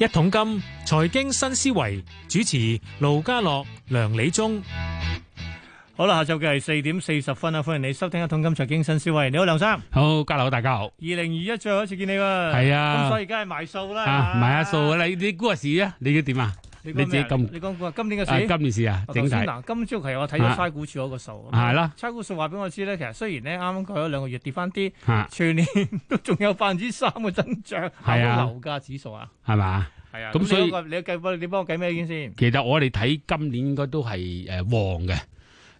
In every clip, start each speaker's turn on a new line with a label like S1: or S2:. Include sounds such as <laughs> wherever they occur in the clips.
S1: 一桶金財經新思維主持盧家樂、梁理中，
S2: 好啦，下晝嘅係四點四十分啊！歡迎你收聽《一桶金財經新思維》。你好，梁生，二
S3: 好，家樓大家好，
S2: 零二一最後一次見你喎。
S3: 係啊
S2: 咁所以梗係埋數啦。
S3: 啊，唔係啊，數啊，你你估下市啊，你要點啊？
S2: 你
S3: 你自己撳
S2: 你講過今年嘅
S3: 啊，
S2: 市。
S3: 今年市啊，
S2: 我頭
S3: 整體
S2: 先嗱，今朝其實我睇咗差估署嗰個數，
S3: 係啦，
S2: 差估數話俾我知咧，其實雖然咧啱啱過咗兩個月跌翻啲，
S3: 嚇
S2: 全年都仲有百分之三嘅增長，
S3: 係啊
S2: 考到樓價指數啊，
S3: 係嘛？
S2: 係啊
S3: 咁所以
S2: 你嗰個你計幫你幫我計咩先先？
S3: 其實我哋睇今年應該都係誒旺嘅，誒、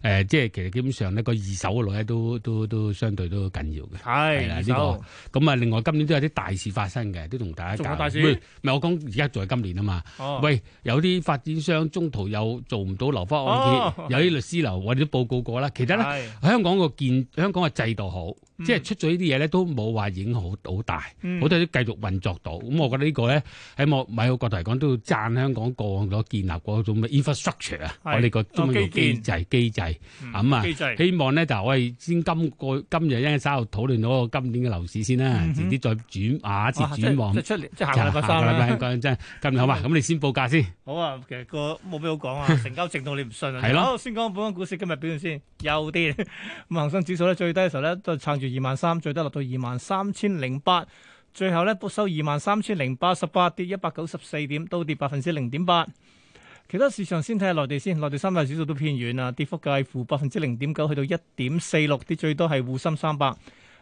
S3: 呃即係其實基本上呢個二手嘅路咧都都都相對都緊要嘅。
S2: 係呢
S3: 啦呢
S2: 手
S3: 咁啊，另外今年都有啲大事發生嘅，都同大家
S2: 仲有
S3: 講。
S2: 大事
S3: 喂唔係我講而家仲係今年啊嘛。
S2: 哦
S3: 喂，有啲發展商中途又做唔到樓花按揭，
S2: 哦
S3: 有啲律師樓我哋都報告過啦。其實咧，
S2: 係
S3: 香港個建香港嘅制度好，
S2: 嗯
S3: 即係出咗呢啲嘢咧都冇話影響好好大。
S2: 嗯
S3: 好多都繼續運作到。咁我覺得呢個咧喺我米個角度嚟講，都要讚香港過往所建立嗰種 infrastructure 啊，我
S2: 係
S3: 哋個中文
S2: 哦
S3: 叫
S2: 基
S3: 機
S2: 建
S3: 制機制。
S2: 嗯
S3: 咁啊
S2: 機制
S3: 希望咧就我哋先今個今日一陣稍後討論嗰個今年嘅樓市先啦，
S2: 嗯
S3: 遲
S2: 哼
S3: 啲再轉下一次
S2: 哇即係
S3: 轉旺
S2: 哦即。係出年即係下個禮拜三
S3: <laughs> 下個禮
S2: 啦嗯
S3: 拜。講真，今年好嘛？咁你先報價先。
S2: 好啊，其實個冇咩好
S3: <laughs>
S2: 講啊，成交靜到你唔信啊。
S3: 係咯
S2: 好，先講本港股市今日表現先，又跌。咁恒生指數咧最低嘅時候咧都撐住二萬三，最低落到二萬三千零八，最後咧收二萬三千零八十八，跌一百九十四點，都跌百分之零點八。其他市場先睇下內地先，內地三大指數都偏軟啊，跌幅介乎百分之零點九去到一點四六，跌最多係滬深三百。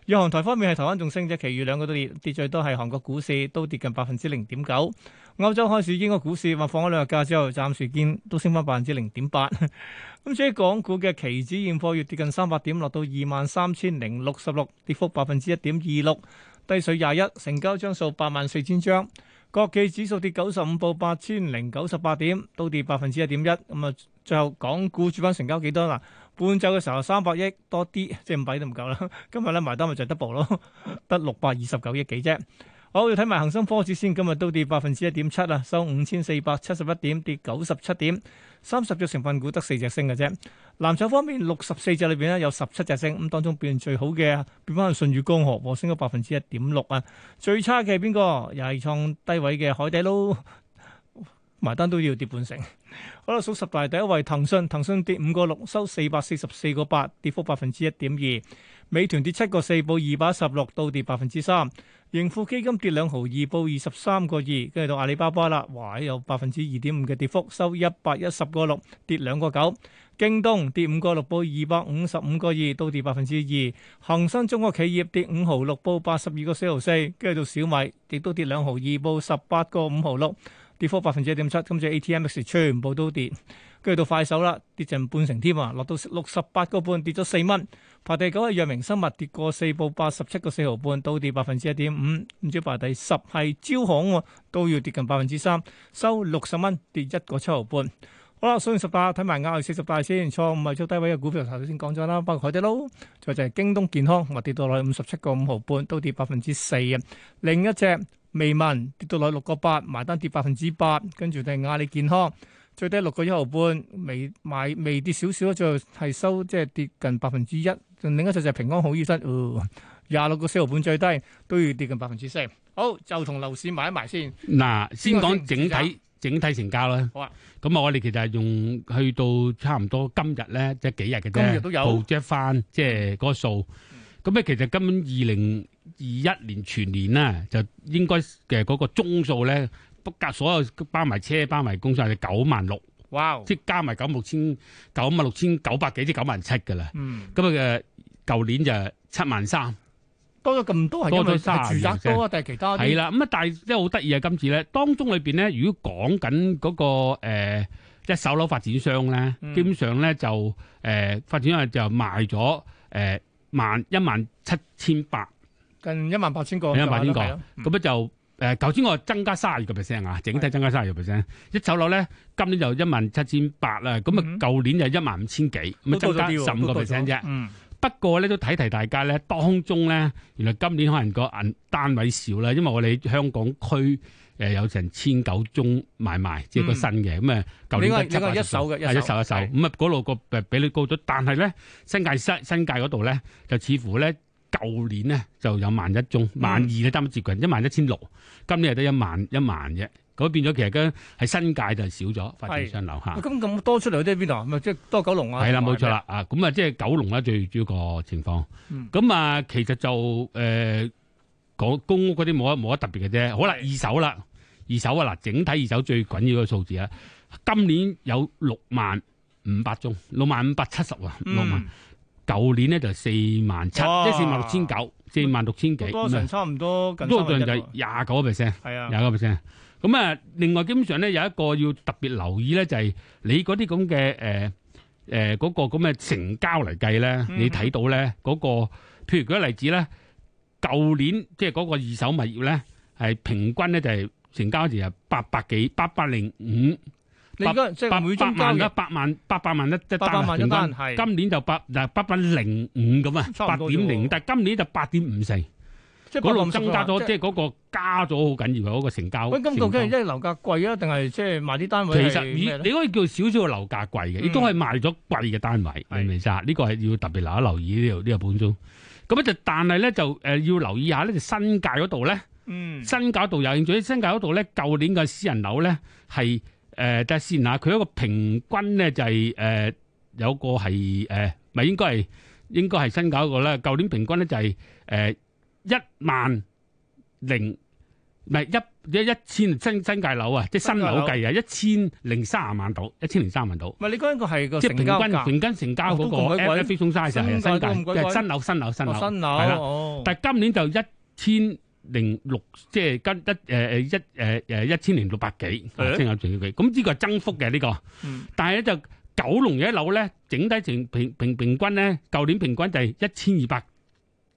S2: 日韓台方面係台灣仲升啫，其餘兩個都跌，跌最多係韓國股市都跌近百分之零點九。歐洲開市，英國股市話放咗兩日假之後，暫時見都升翻百分之零點八。 <laughs> 咁至於港股嘅期指現貨月跌近三百點，落到二萬三千零六十六，跌幅百分之一點二六，低水廿一，成交張數八萬四千張。國企指數跌九十五，報八千零九十八點，都跌百分之一點一。咁啊，最後港股主板成交幾多嗱？半晝嘅時候三百億多啲，即係五百億都唔夠啦。 <laughs> 今日咧埋單咪就係 double 咯，得六百二十九億幾啫。好，要睇埋恒生科指先，今日都跌百分之一點七啊，收五千四百七十一點，跌九十七點。三十隻成分股得四隻升嘅啫。藍籌方面，六十四隻裏邊咧有十七隻升，咁當中表現最好嘅變翻係舜宇光學喎，升咗百分之一點六啊。最差嘅係邊個？又係創低位嘅海底撈，埋單都要跌半成。好啦，數十大第一位騰訊，騰訊跌五個六，收四百四十四個八，跌幅百分之一點二。美團跌七個四，報二百一十六，到跌百分之三。盈富基金跌兩毫二，報二十三個二，跟住到阿里巴巴啦，哇，有百分之二點五嘅跌幅，收一百一十個六，跌兩個九。京東跌五個六，報二百五十五個二，都跌百分之二。恒生中國企業跌五毫六，報八十二個四毫四，跟住到小米亦都跌兩毫二，報十八個五毫六，跌幅百分之一點七。今次 ATMX 全部都跌，跟住到快手啦，跌近半成添啊，落到六十八個半，跌咗四蚊。排第九係藥明生物跌過四報八十七個四毫半，倒跌百分之一點五。唔知排第十係招行喎，都要跌近百分之三，收六十蚊，跌一個七毫半。好啦，數完十大，睇埋亞四十大先，錯誤係最低位嘅股票，頭先講咗啦，包括海底撈，再就係京東健康，話跌到落去五十七個五毫半，都跌百分之四啊。另一隻微盟跌到落去六個八，埋單跌百分之八，跟住就係阿里健康。最低六個一毫半，未買未跌少少，最後係收即係跌近百分之一。另一隻就係平安好醫生，哦廿六個四毫半最低都要跌近百分之四。好，就同樓市買一埋先。
S3: 嗱，先講
S2: 邊
S3: 整
S2: 個先
S3: 體整體成交啦。
S2: 好啊。
S3: 咁啊，我哋其實係用去到差唔多今日咧，即係幾日嘅啫。
S2: 今日都有
S3: project 翻，即係嗰個數。咁咧，其實根本二零二一年全年啦，就應該嘅嗰個宗數咧，不夾所有包埋車、包埋工商係九萬六，
S2: 哇！
S3: 即係加埋九萬六千九萬六千九百幾，即係九萬七㗎啦。
S2: 嗯，
S3: 咁啊嘅舊年就七萬三。
S2: 多咗咁多係因為
S3: 多咗
S2: 係
S3: 三
S2: 住宅多啊，定係其他啲？
S3: 係啦，咁啊，但係真係好得意啊！今次咧，當中裏邊咧，如果講緊嗰個呃一手樓發展商咧，
S2: 嗯
S3: 基本上咧就誒、呃、發展商就賣咗誒萬一萬七千八，
S2: 近一萬八千個，
S3: 一萬八千個
S2: 係咯。
S3: 咁咧就誒頭先我增加卅二個 percent 啊，整體增加卅二個 percent。一手樓咧今年就一萬七千八啦，咁
S2: 嗯
S3: 啊舊年就一萬五千幾，咁啊
S2: 都多咗
S3: 增加
S2: 啲
S3: 十
S2: 喎
S3: 五個
S2: 都多咗
S3: percent 啫。
S2: 嗯，
S3: 不過咧都睇提大家咧，當中咧原來今年可能個銀單位少啦，因為我哋香港區誒、呃有成千九宗買賣，即係個新嘅咁啊，舊
S2: 你
S3: 年
S2: 個
S3: 得
S2: 你個
S3: 700
S2: 一手嘅
S3: 係一手一手
S2: 係
S3: 咁啊，嗰度個比啊率高呃咗，但係咧新界西新界嗰度咧就似乎咧。舊嗯年咧就有萬一宗，萬二咧差唔多接近一萬一千六，今年係得一萬一萬啫，咁變咗其實跟喺新界就少咗發展商樓下。
S2: 啊咁咁多出嚟都喺邊度啊？咪即係多九龍啊？
S3: 係啦，冇錯啦，啊，咁啊，即係九龍啦，最主要個情況
S2: 嗯。
S3: 咁啊、其實就誒講、公屋嗰啲冇得冇得特別嘅啫。好啦，二手啦，二手啊，嗱，整體二手最緊要嘅數字啊，今年有六萬五百宗，六萬五百七十啊，
S2: 嗯，
S3: 六萬。舊年咧就四萬七，即
S2: 哇
S3: 係四萬六千九，四萬六千幾，
S2: 多
S3: 咁
S2: 成
S3: 啊
S2: 差唔多近
S3: 都
S2: 三
S3: 就
S2: 分一
S3: 係
S2: 喎，
S3: 廿九個 percent。
S2: 係啊，
S3: 廿個 percent。咁啊，另外基本上咧有一個要特別留意咧，就係、你嗰啲咁嘅誒誒嗰個咁嘅成交嚟計咧，
S2: 嗯
S3: 你睇到咧嗰、個，譬如舉個例子咧，舊年即係嗰個二手物業咧係平均咧就係、成交時係八百幾、八百零五、
S2: 你而家即
S3: 八
S2: 係每宗
S3: 百
S2: 交
S3: 萬
S2: 易
S3: 一百萬、八百萬一一
S2: 八百萬一
S3: 單啊
S2: 單
S3: 平
S2: 係
S3: 均。今年就八嗱八百零五咁啊，
S2: 差
S3: 八
S2: 唔多啫
S3: 點零，
S2: 喎
S3: 但係今年就八點五四，
S2: 即係
S3: 嗰度
S2: 850
S3: 增加咗，
S2: 啊
S3: 即係嗰個加咗好緊要嘅嗰個成交。
S2: 喂，咁究
S3: 成
S2: 竟係
S3: 交
S2: 因為樓價貴啊，定係即係賣啲單位
S3: 其
S2: 係
S3: 實以
S2: 咩咧嗯
S3: 你可以叫少少嘅樓價貴嘅，亦都係賣咗貴嘅單位，
S2: 係
S3: 明唔明先啊？呢個係要特別留一留意呢度呢個本中。咁就但係咧就誒、呃要留意下咧，就新界嗰度咧，
S2: 嗯，
S3: 新界嗰度有興趣。新界嗰度咧，舊年嘅私人樓咧係誒，睇下先啊，佢一個平均咧就係、呃有個係誒，咪、應該係應該係新界嗰個咧，舊年平均咧就係誒一萬零唔係一一一千新新界樓啊，即係新樓計啊，一千零三十萬到，一千零三十萬到。
S2: 唔係你講緊個係個
S3: 即係
S2: 成
S3: 平
S2: 交
S3: 均
S2: 價，
S3: 平均成交嗰
S2: 哦都咁
S3: 個
S2: 鬼貴
S3: F F 中 size 係
S2: 新
S3: 新
S2: 界都咁
S3: 界，
S2: 鬼
S3: 即
S2: 貴
S3: 係新樓新樓新樓
S2: 哦。新樓
S3: 係啦
S2: 哦，
S3: 但係今年就一千零六，即係跟一誒誒一誒誒一千零六百幾，
S2: 係啊
S3: 先有仲要幾。咁呢個係增幅嘅呢、個，
S2: 嗯
S3: 但係咧就九龍嘅一樓咧，整體平平平平均咧，舊年平均就係一千二百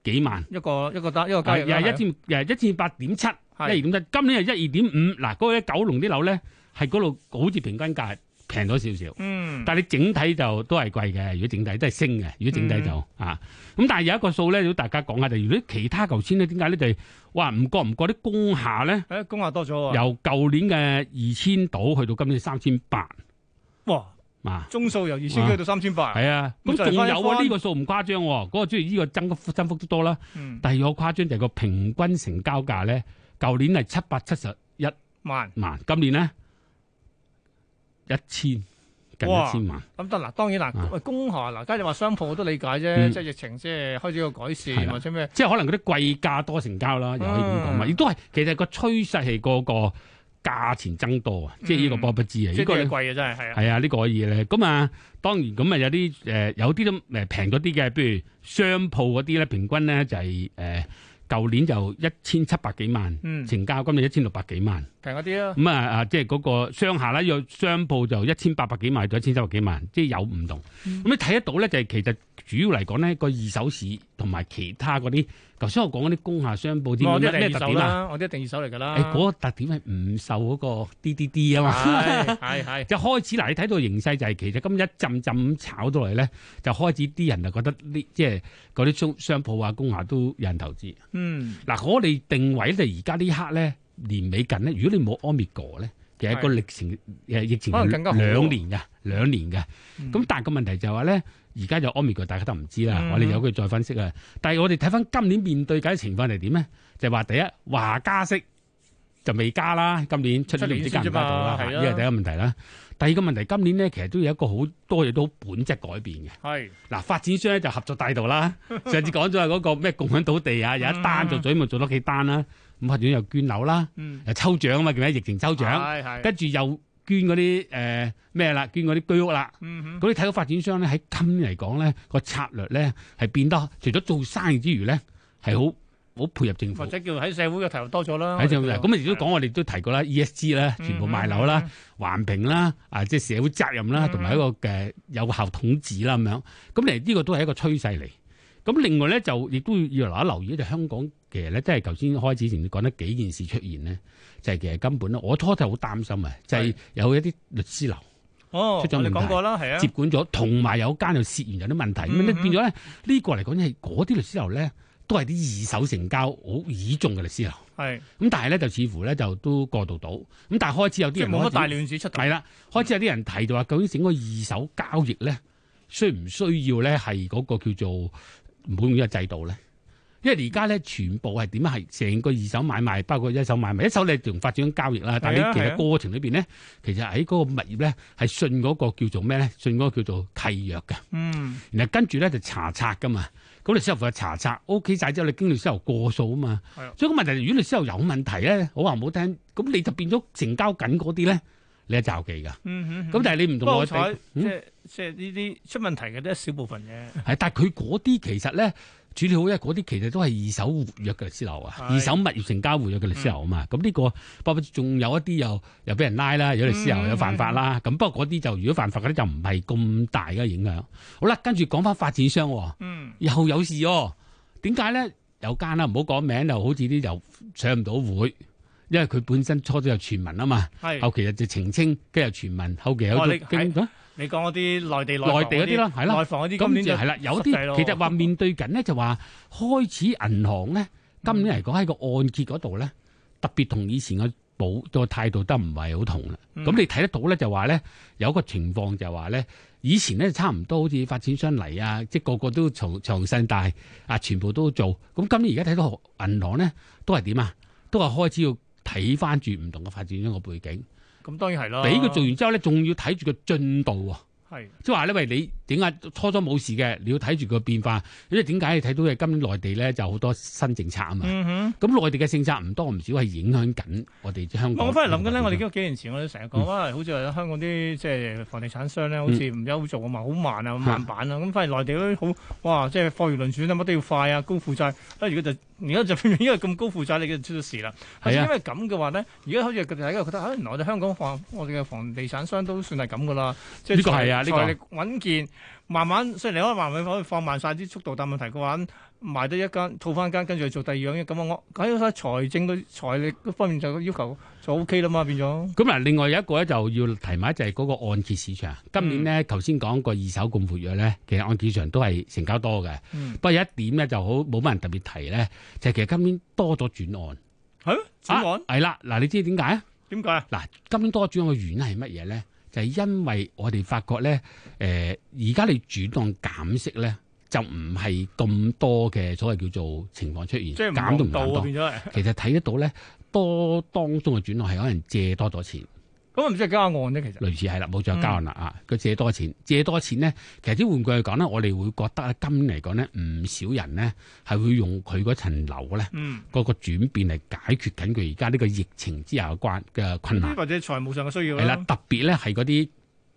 S3: 幾萬，
S2: 一個一個單一個交易
S3: 係
S2: 啦
S3: 係一千誒一千八點七，一二
S2: 係
S3: 點七。今年係一二點五，嗱嗰個咧九龍啲樓咧係嗰度好似平均價平咗少少。
S2: 嗯，
S3: 但係你整體就都係貴嘅，如果整體都係升嘅，如果整體就、
S2: 嗯
S3: 啊，咁但係有一個數咧，要大家講下就係，如果其他頭先咧，點解咧就係、哇唔覺唔覺啲工廈咧，
S2: 誒工價多咗喎，
S3: 由舊年嘅二千度去到今年三千八
S2: 哇，
S3: 啊，
S2: 中數由二千幾到三千八，
S3: 係啊，
S2: 咁
S3: 咁
S2: 就
S3: 仲
S2: 係翻一
S3: 有啊，
S2: 番
S3: 呢、個數唔誇張喎，嗰、個主要呢個增幅增幅都多啦。
S2: 嗯，
S3: 第二個誇張就係個平均成交價咧，舊年係七百七十一
S2: 萬
S3: 萬，今年咧一千近
S2: 哇
S3: 一千萬。
S2: 咁得嗱，當然
S3: 啊
S2: 嗱，喂，工廈嗱，梗係你話商鋪我都理解啫，
S3: 嗯
S2: 即係疫情即係開始有改善
S3: 係啦
S2: 或者咩，
S3: 即係可能嗰啲貴價多成交啦，又可以咁講嘛。
S2: 嗯
S3: 亦都係其實個趨勢係個個價錢增多啊，即係呢個
S2: 嗯
S3: 波不知啊。
S2: 即
S3: 呢個
S2: 係啲嘢貴嘅真係係啊，
S3: 係啊，呢個可以咧。咁啊，當然咁啊，有啲誒有啲都誒平咗啲嘅，譬如商鋪嗰啲咧，平均咧就係誒舊年就一千七百幾萬。
S2: 嗯，
S3: 成交今年一千六百幾萬，
S2: 平嗰啲啊，
S3: 咁啊啊，即係嗰個商廈啦，有商鋪就一千八百幾萬到一千七百幾萬，即係有唔同。咁、
S2: 嗯
S3: 你睇得到咧，就係、其實主要嚟講咧，個二手市同埋其他嗰啲，頭先我講嗰啲工廈商鋪啲
S2: 我
S3: 咩
S2: 啲
S3: 咩
S2: 一定二
S3: 特
S2: 手
S3: 點啊？
S2: 啦，我啲一定二手嚟㗎
S3: 誒，
S2: 啦，
S3: 嗰、個特點係唔受嗰個 D D D 啊嘛。
S2: 係係係。
S3: 就開始嗱，你睇到形勢就係其實今一陣陣咁炒到嚟咧，就開始啲人就覺得呢，即係嗰啲商商鋪啊、工廈都有人投資。
S2: 嗯，
S3: 嗱，我哋定位就而家呢刻咧，年尾近咧，如果你冇 Omicron 咧，其實個歷程誒疫情
S2: 可能更加好啊
S3: 兩年嘅兩年嘅，
S2: 嗯
S3: 咁但係個問題就係話咧，而家有 Omicron 大家都唔知啦，
S2: 嗯
S3: 我哋有佢再分析啊。但係我哋睇翻今年面對緊嘅情況係點咧？就係話第一華加息就未加啦，今年出年唔知加唔加到啦，
S2: 出年先啫嘛係
S3: 呢
S2: 啊
S3: 個第一個問題啦。第二個問題，今年咧其實都有一個好多嘢都好本質改變嘅。
S2: 係
S3: 嗱，發展商咧就合作大
S2: <laughs>
S3: 道啦。上次講咗係嗰個咩共享土地啊，有一單做咗，咪做多幾單啦。咁發展商又捐樓啦，
S2: 嗯，
S3: 又抽獎啊嘛，叫咩疫情抽獎，
S2: 啊係係，
S3: 跟住又捐嗰啲誒咩啦，捐嗰啲居屋啦。
S2: 嗯哼，
S3: 咁你睇到發展商咧喺今年嚟講咧個策略咧係變得，除咗做生意之餘咧係好好配合政府
S2: 或。者叫喺社會嘅投入多咗啦，
S3: 喺政府
S2: 我哋叫嗯
S3: 咁啊，亦都講我哋都提過啦，ESG 啦，全部賣樓啦。，環評啦，啊，即係社會責任啦，
S2: 嗯
S3: 同埋一個嘅有效統治啦咁樣。咁嚟呢個都係一個趨勢嚟。咁另外咧就亦都要留一留意，就香港其實咧，即係頭先開始前講得幾件事出現咧，就係、其實根本咧，我初頭好擔心啊，就係、
S2: 係
S3: 有一啲律師樓
S2: 哦，我
S3: 出咗問題
S2: 哋講過啦，係啊
S3: 接，管咗，同埋有間又涉嫌有啲問題，咁咧、
S2: 嗯哼
S3: 變咗咧呢個嚟講係嗰啲律師樓咧都係啲二手成交好倚重嘅律師樓。
S2: 係
S3: 咁但係咧就似乎咧就都過渡到，咁但係開始有啲
S2: 即係
S3: 人
S2: 冇乜
S3: 開始
S2: 大亂子出嚟，
S3: 係啦，開始有啲人提到話，究竟整個二手交易咧，需唔需要咧係嗰個叫做唔好用呢個制度咧？因為而家咧全部係點啊？係成個二手買賣，包括一手買賣，一手你同發展交易啦。但係
S2: 係啊
S3: 你其
S2: 係啊
S3: 實過程裏邊咧，其實喺嗰個物業咧係信嗰個叫做咩咧？信嗰個叫做契約嘅。
S2: 嗯，
S3: 然後跟住咧就查冊噶嘛。咁律師樓負責查冊，OK 晒之後，你經律師樓過數啊嘛
S2: 係啊。
S3: 所以個問題，如果律師樓有問題咧，我話唔好聽，咁你就變咗成交緊嗰啲咧，你係詐記噶。
S2: 嗯
S3: 咁但係你唔
S2: 不過
S3: 同
S2: 好
S3: 我哋
S2: 彩，，即
S3: 嗯
S2: 係即係呢啲出問題嘅都一小部分嘅，
S3: 係，但係佢嗰啲其實咧處理好咧，嗰啲其實都係二手活躍嘅律師樓啊，
S2: 係嗯
S3: 二手物業成交活躍嘅律師樓啊嘛。咁呢、個包括仲有一啲又又俾人拉啦，有律師樓
S2: 嗯
S3: 有犯法啦。咁、不過嗰啲就如果犯法嗰啲就唔係咁大嘅影響。好啦，跟住講翻發展商喎，
S2: 嗯，
S3: 又有事喎，點解咧？有間啊啦，唔好講名，就好似啲又上唔到會，因為佢本身初咗有傳聞啊嘛，
S2: 係
S3: 後期就澄清，跟住有傳聞，後期有
S2: 哦
S3: 咗
S2: 你係
S3: 經啊
S2: 你講嗰啲內地內房
S3: 內地嗰啲啦，係啦
S2: 內。房嗰啲今
S3: 咁
S2: 年
S3: 就
S2: 就
S3: 係啦，有
S2: 實際咯
S3: 啲其實話面對緊咧，就話開始銀行咧，
S2: 嗯
S3: 今年嚟講喺個按揭嗰度咧，特別同以前嘅保個態度都唔係好同啦。
S2: 嗯
S3: 咁、你睇得到咧，就話咧有一個情況就話咧，以前咧差唔多好似發展商嚟啊，即係個個都長長身大啊，全部都做。咁今年而家睇到銀行咧都係點啊？都係開始要睇翻住唔同嘅發展商個背景，
S2: 咁當然係啦，
S3: 俾佢做完之後咧，仲要睇住個進度喎。
S2: 係
S3: 即係話咧，喂，你點解初初冇事嘅？你要睇住個變化，因為點解你睇到嘅今年內地咧就好多新政策啊嘛。
S2: 嗯哼。
S3: 咁、內地嘅政策唔多唔少係影響緊我哋香港。嗯
S2: 我翻嚟諗緊咧，我哋記得幾年前我哋成日講啊，好似話香港啲即係呃房地產商咧，好似唔有好做啊嘛，好慢啊，慢板啊。咁反而內地嗰啲好哇，即係貨如輪轉啊，乜都要快啊，高負債。啊，而家就而家就 <laughs> 變咗因為咁高負債，你就出咗事啦。係
S3: 係啊
S2: 因為咁嘅話咧，而家好似佢哋大家覺得啊，原來我哋香港房我哋嘅房地產商都算係咁噶啦，即係
S3: 呢個係啊呢個
S2: 財力穩健，慢慢雖然你可以慢慢可以放慢晒啲速度，但問題嘅話。賣得一間套翻間，跟住做第二樣嘢，咁啊我喺喺財政對財力嗰方面就要求就 O K 啦嘛，變咗
S3: 咁嗱，另外有一個咧就要提埋就係嗰個按揭市場。今
S2: 嗯
S3: 年咧，頭先講個二手咁活躍咧，其實按揭市場都係成交多嘅。
S2: 嗯
S3: 不過有一點咧就好冇乜人特別提咧，就係、其實今年多咗轉案。
S2: 係咩轉案
S3: 啊係啦，嗱，你知點解啊？
S2: 點解啊？
S3: 嗱，今年多轉案嘅原因係乜嘢咧？就係、因為我哋發覺咧，誒而家你轉按減息咧，就唔係咁多嘅所謂叫做情況出現，
S2: 即係唔
S3: 減都唔
S2: 到
S3: 減
S2: 啊，
S3: 多。
S2: 變咗係
S3: 其實睇得到咧，多當中嘅轉按係可能借多咗錢，
S2: 咁唔知係加案啫，其實
S3: 類似係啦，冇再交銀啦啊！佢借多錢，借多錢咧，其實啲換句嚟講咧，我哋會覺得咧，今年嚟講咧，唔少人咧係會用佢嗰層樓咧
S2: 嗯，
S3: 嗰個轉變嚟解決緊佢而家呢個疫情之下嘅關嘅困難。
S2: 或者財務上嘅需要
S3: 係啦，，特別咧係嗰啲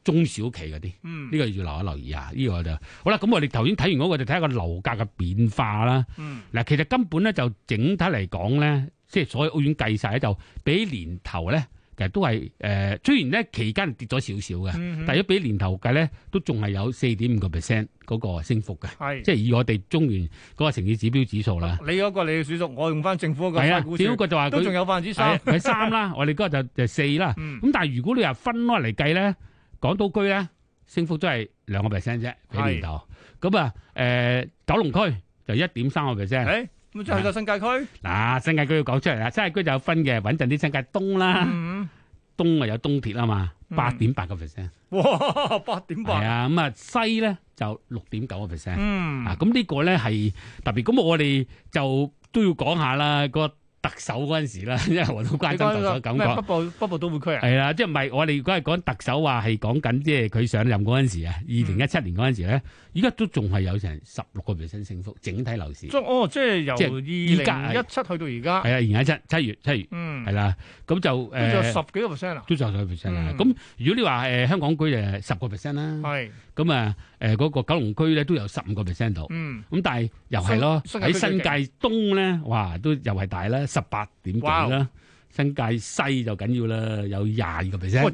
S3: 中小企嗰啲，呢、
S2: 嗯
S3: 個要留一留意啊！呢、個就好啦。咁我哋頭先睇完嗰、個，就睇下個樓價嘅變化啦。
S2: 嗯
S3: 嗱，其實根本咧就整體嚟講咧，即係所有屋苑計晒咧，就比年頭咧，其實都係誒、呃，雖然咧期間跌咗少少嘅，
S2: 嗯
S3: 但係如果比年頭計咧，都仲係有四點五個 percent 嗰個升幅嘅，
S2: 係
S3: 即係以我哋中原嗰個城市指標指數啦。
S2: 你嗰個你嘅主數，我用翻政府嗰個
S3: 係啊，
S2: 差估
S3: 只不
S2: 算
S3: 過就話
S2: 都仲
S3: 佢
S2: 有百分之
S3: 係啊
S2: 三，
S3: 佢三
S2: <laughs>
S3: 啦，我哋嗰個就就四啦。
S2: 嗯
S3: 咁但係如果你話分開嚟計咧，港島區咧升幅都係兩個 percent 啫，比年頭。咁啊，誒、九龍區就一點三個 percent。
S2: 誒咁即係去到新界區，
S3: 嗱、新界區要講出嚟啦，新界區就有分嘅，穩陣啲新界東啦，
S2: 嗯
S3: 東啊有東鐵啊嘛，
S2: 嗯
S3: 八點八個 percent。
S2: 哇八點
S3: 係
S2: 八，
S3: 啊，咁啊西咧就六點九個 percent。
S2: 嗯
S3: 啊，咁呢個咧係特別，咁我哋就都要講下啦，個特首嗰陣時啦， <laughs> 因為我都關
S2: 你
S3: 心
S2: 講
S3: 特首
S2: 呢
S3: 嘅
S2: 個
S3: 感
S2: 咩
S3: 覺
S2: 北。部北部都會區啊，
S3: 係啦，即係唔係我哋如果係講特首話係講緊，即係佢上任嗰陣時
S2: 嗯
S3: 啊，二零一七年嗰陣時咧，而家都仲係有成十六個 percent 升幅，整體樓市係
S2: 即哦即係由
S3: 即
S2: 二零一
S3: 係依家係啊
S2: 七去到而家，
S3: 啦，二零一七七月七月
S2: 嗯
S3: 係。啦，咁就
S2: 都仲有
S3: 誒
S2: 十幾個 percent 啊，
S3: 都就十 percent 啦
S2: 嗯。
S3: 咁如果你話誒香港區誒十個 percent 啦，
S2: 係，
S3: 咁啊誒嗰個九龍區咧都有十五個 percent 度。
S2: 嗯，
S3: 咁但係又係咯，
S2: 新新界區
S3: 喺新界東咧，哇都又係大啦，十八點幾啦。新界西就緊要啦，有廿二個 percent
S2: 喂。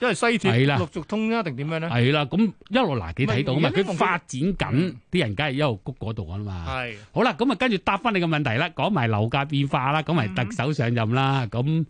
S2: 因為西鐵
S3: 係啦
S2: 陸續通一定點樣咧？
S3: 係啦，咁一路嗱，你睇到啊嘛，
S2: 唔係而家
S3: 佢
S2: 呢
S3: 發展緊
S2: 嗯，
S3: 啲人梗係一路谷嗰度啊嘛。
S2: 係，
S3: 好啦，咁啊，跟住答翻你嘅問題啦，講埋樓價變化啦，講埋特首上任啦，咁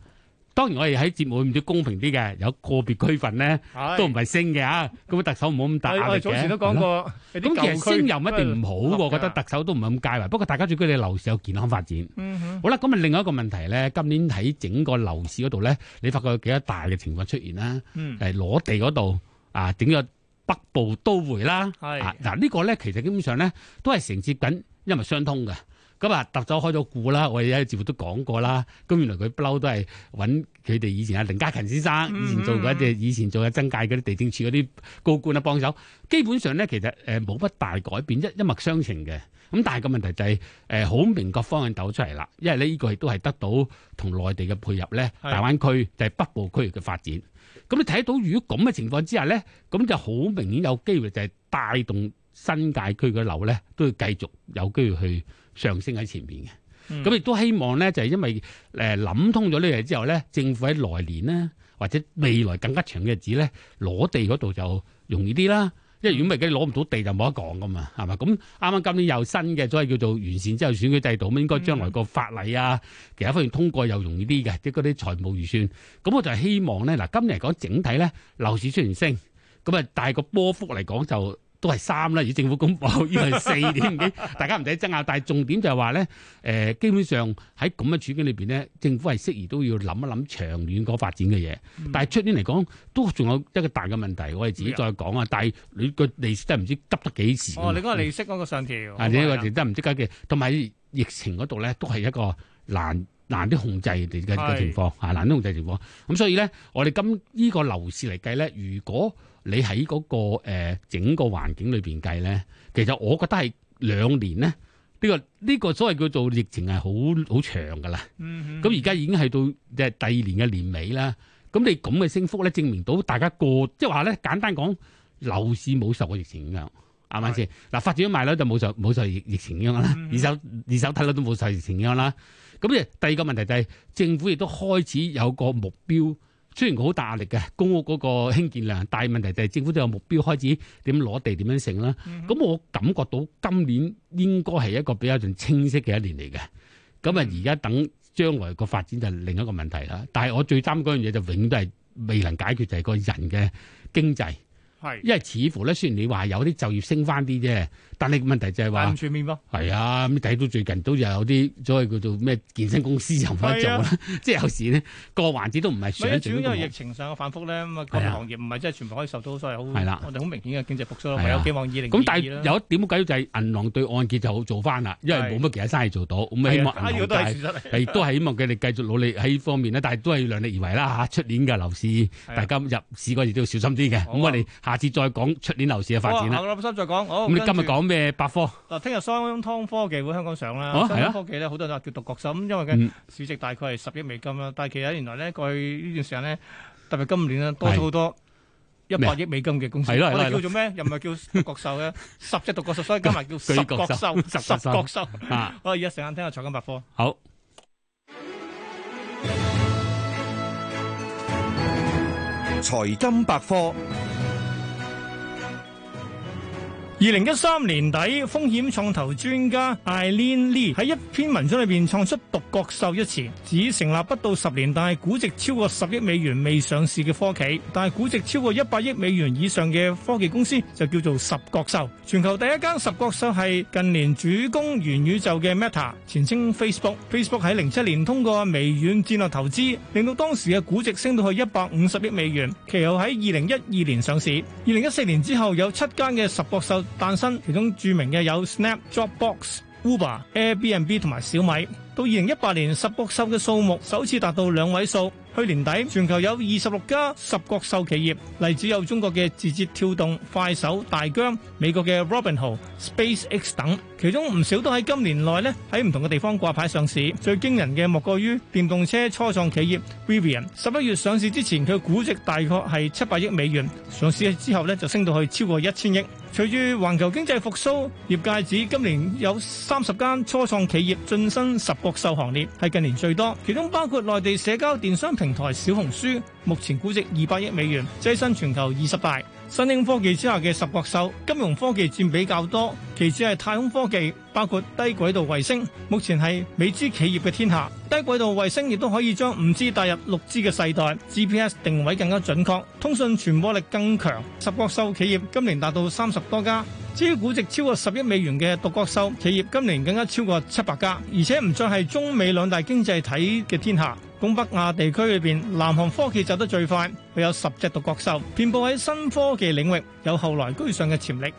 S3: 當然我哋喺節目唔知公平啲嘅，有個別區份咧
S2: 係
S3: 都唔係升嘅嚇，咁啊特首唔好咁大壓
S2: 我
S3: 力
S2: 我哋早前
S3: 嘅。
S2: 都講
S3: 係咯
S2: 過，有啲
S3: 咁其實
S2: 舊
S3: 升
S2: 區
S3: 又唔一定唔好
S2: 都
S3: 喎，
S2: 係啊
S3: 覺得特首都唔係咁介懷。不過大家最緊要樓市有健康發展。
S2: 嗯哼
S3: 好啦，咁啊另外一個問題咧，今年喺整個樓市嗰度咧，你發覺有幾多大嘅情況出現啦？
S2: 嗯，
S3: 誒攞地嗰度啊，整咗北部都會啦。
S2: 係
S3: 啊嗱、呢個咧其實基本上咧都係承接緊，因為相通嘅。咁啊，特首開咗股啦，我哋喺節目都講過啦。咁原來佢不嬲都係揾佢哋以前啊，凌家勤先生，
S2: 嗯
S3: 以前做嗰啲，以前做嘅增界嗰啲地政處嗰啲高官啊幫手。基本上咧，其實誒冇乜大改變，一一脈相承嘅。咁但係個問題就係誒好明確方向走出嚟啦，因為呢個亦都係得到同內地嘅配合咧，
S2: 係
S3: 大灣區就係北部區域嘅發展。咁你睇到如果咁嘅情況之下咧，咁就好明顯有機會就係帶動新界區嘅樓咧，都要繼續有機會去上升喺前面嘅。
S2: 嗯
S3: 咁亦都希望咧，就係因為誒諗通咗呢樣嘢之後咧，政府喺來年咧，或者未來更加長嘅日子咧，攞地嗰度就容易啲啦。因為如果唔係，攞唔到地就冇得講噶嘛，係嘛？咁啱啱今年有新嘅，所謂叫做完善之後選舉制度，咁應該將來個法例啊，其他方面通過又容易啲嘅，即係嗰啲財務預算。咁我就係希望咧，嗱，今年嚟講整體咧，樓市雖然升，咁啊，但係個波幅嚟講就都係三啦，而政府公佈呢個係四點幾， <laughs> 大家唔使爭拗。但係重點就係話咧，誒、呃基本上喺咁嘅處境裏邊咧，政府係適宜都要諗一諗長遠嗰發展嘅嘢。但係出年嚟講，都仲有一個大嘅問題，我哋自己再講啊。但係你個利息真係唔知急得幾時㗎嘛。
S2: 哦，你嗰個利息嗰個上調，
S3: 啊，呢個亦都唔即刻嘅，同埋疫情嗰度咧，都係一個難難啲控制嘅嘅
S2: 係
S3: 嘅情況啊，難啲控制情況。咁所以咧，我哋今呢個樓市嚟計咧，如果你喺嗰、個、呃、整個環境裏邊計咧，其實我覺得係兩年咧，呢、個呢、個所謂叫做疫情係好好長㗎啦。
S2: 嗯
S3: 咁而家已經係到即係第二年嘅年尾啦。咁你咁嘅升幅咧，證明到大家個即係話咧，簡單講，樓市冇受過疫情影響，啱唔啱先？嗱，發展賣樓就冇受冇受疫疫情影響啦，
S2: 嗯
S3: 二手二手睇樓都冇受疫情影響啦。咁誒，第二個問題就係、政府亦都開始有個目標。雖然佢好大壓力嘅公屋嗰個興建量，但係問題就係政府都有目標開始點攞地點樣成啦。咁我感覺到今年應該係一個比較盡清晰嘅一年嚟嘅。咁
S2: 嗯
S3: 啊，而家等將來個發展就係另一個問題啦。但係我最擔嗰樣嘢就永遠都係未能解決，就係、個人嘅經濟，
S2: 係，
S3: 因為似乎咧，雖然你話有啲就業升翻啲啫，但係問題就係
S2: 但係
S3: 話
S2: 唔全面噃，
S3: 係啊，咁睇到最近都有啲所謂叫做咩健身公司又冇得做啦， <laughs> 即係有時咧個環節都唔係
S2: 唔係
S3: 想
S2: 啊主
S3: 像
S2: 要因為疫
S3: 咁
S2: 情上嘅反覆咧，咁啊各個
S3: 係啊
S2: 行業唔係真係全部可以受到所謂好，
S3: 係啦
S2: 我哋好明顯嘅經濟復甦咯，
S3: 係啊
S2: 唯有寄望二零
S3: 好。咁但係有一點好緊要就係銀行對按揭就好做翻啦，因為
S2: 係
S3: 冇乜其他生意做到，咁啊希望銀行
S2: 都
S3: 界
S2: 係事實嚟，
S3: 亦都係希望佢哋繼續努力喺呢方面咧，但係都係量力而為啦嚇。出年嘅樓市，
S2: 啊
S3: 大家入市嗰時都要小心啲嘅。
S2: 好
S3: 咁
S2: 啊
S3: 我哋下次再講出年樓市嘅發展
S2: 好啊
S3: 啦。
S2: 下個禮拜三再講，好
S3: 咁你
S2: 跟
S3: 今日
S2: 住
S3: 講咩百科？
S2: 嗱，聽日商湯科技會香港上啦，
S3: 哦
S2: 商
S3: 係啊
S2: 湯科技咧好多人話叫獨角獸，咁因為
S3: 嗯
S2: 嘅市值大概係十億美金啦，但係其實原來咧過去呢段時間咧，特別今年咧多咗好多。一
S3: 咩
S2: 百
S3: 啊
S2: 億美金嘅公司，
S3: 係咯係咯
S2: 我哋
S3: 係
S2: 叫
S3: 咯
S2: 做咩？又唔係叫獨角
S3: <laughs>
S2: 獸嘅，十隻獨角獸，所以加埋叫十角
S3: 巨角
S2: 獸，
S3: 獸
S2: 十
S3: 十
S2: 角
S3: 角
S2: 獸。
S3: 啊，
S2: 好，而家成眼聽下財金百科。
S3: 好。
S4: 財金百科。
S2: 二零一三年底，風險創投專家 Eileen Lee 喺一篇文章裏邊創出獨角獸一詞，指成立不到十年但係估值超過十億美元未上市嘅科企，但係估值超過一百億美元以上嘅科技公司就叫做十角獸。全球第一間十角獸係近年主攻元宇宙嘅 Meta，前稱 Facebook。Facebook 喺零七年通過微軟戰略投資，令到當時嘅估值升到去一百五十億美元，其後喺二零一二年上市。二零一四年之後有七間嘅十角獸誕生，其中著名嘅有 Snap、Dropbox、Uber、Airbnb 同埋小米。到二零一八年，十角獸嘅數目首次達到兩位數。去年底，全球有二十六家十角獸企業，例子有中國嘅字節跳動、快手、大疆、美國嘅 Robinhood、SpaceX 等，其中唔少都喺今年內咧喺唔同嘅地方掛牌上市。最驚人嘅莫過於電動車初創企業 Rivian，十一月上市之前佢估值大概係七百億美元，上市之後咧就升到去超過一千億。隨住環球經濟復甦，業界指今年有三十間初創企業晉身十國獸行列，係近年最多。其中包括內地社交電商平台小紅書，目前估值二百億美元，躋身全球二十大。新興科技之下嘅十國獸，金融科技佔比較多，其次係太空科技，包括低軌道衛星，目前係美資企業嘅天下。低軌道衛星亦都可以將五 G 帶入六 G 嘅世代，GPS 定位更加準確，通訊傳播力更強。十國獸企業今年達到三十多家。至於估值超過十億美元嘅獨角獸企業，今年更加超過七百家，而且唔再係中美兩大經濟體嘅天下。東北亞地區裏邊，南韓科技走得最快，佢有十隻獨角獸，遍佈喺新科技領域，有後來居上嘅潛力。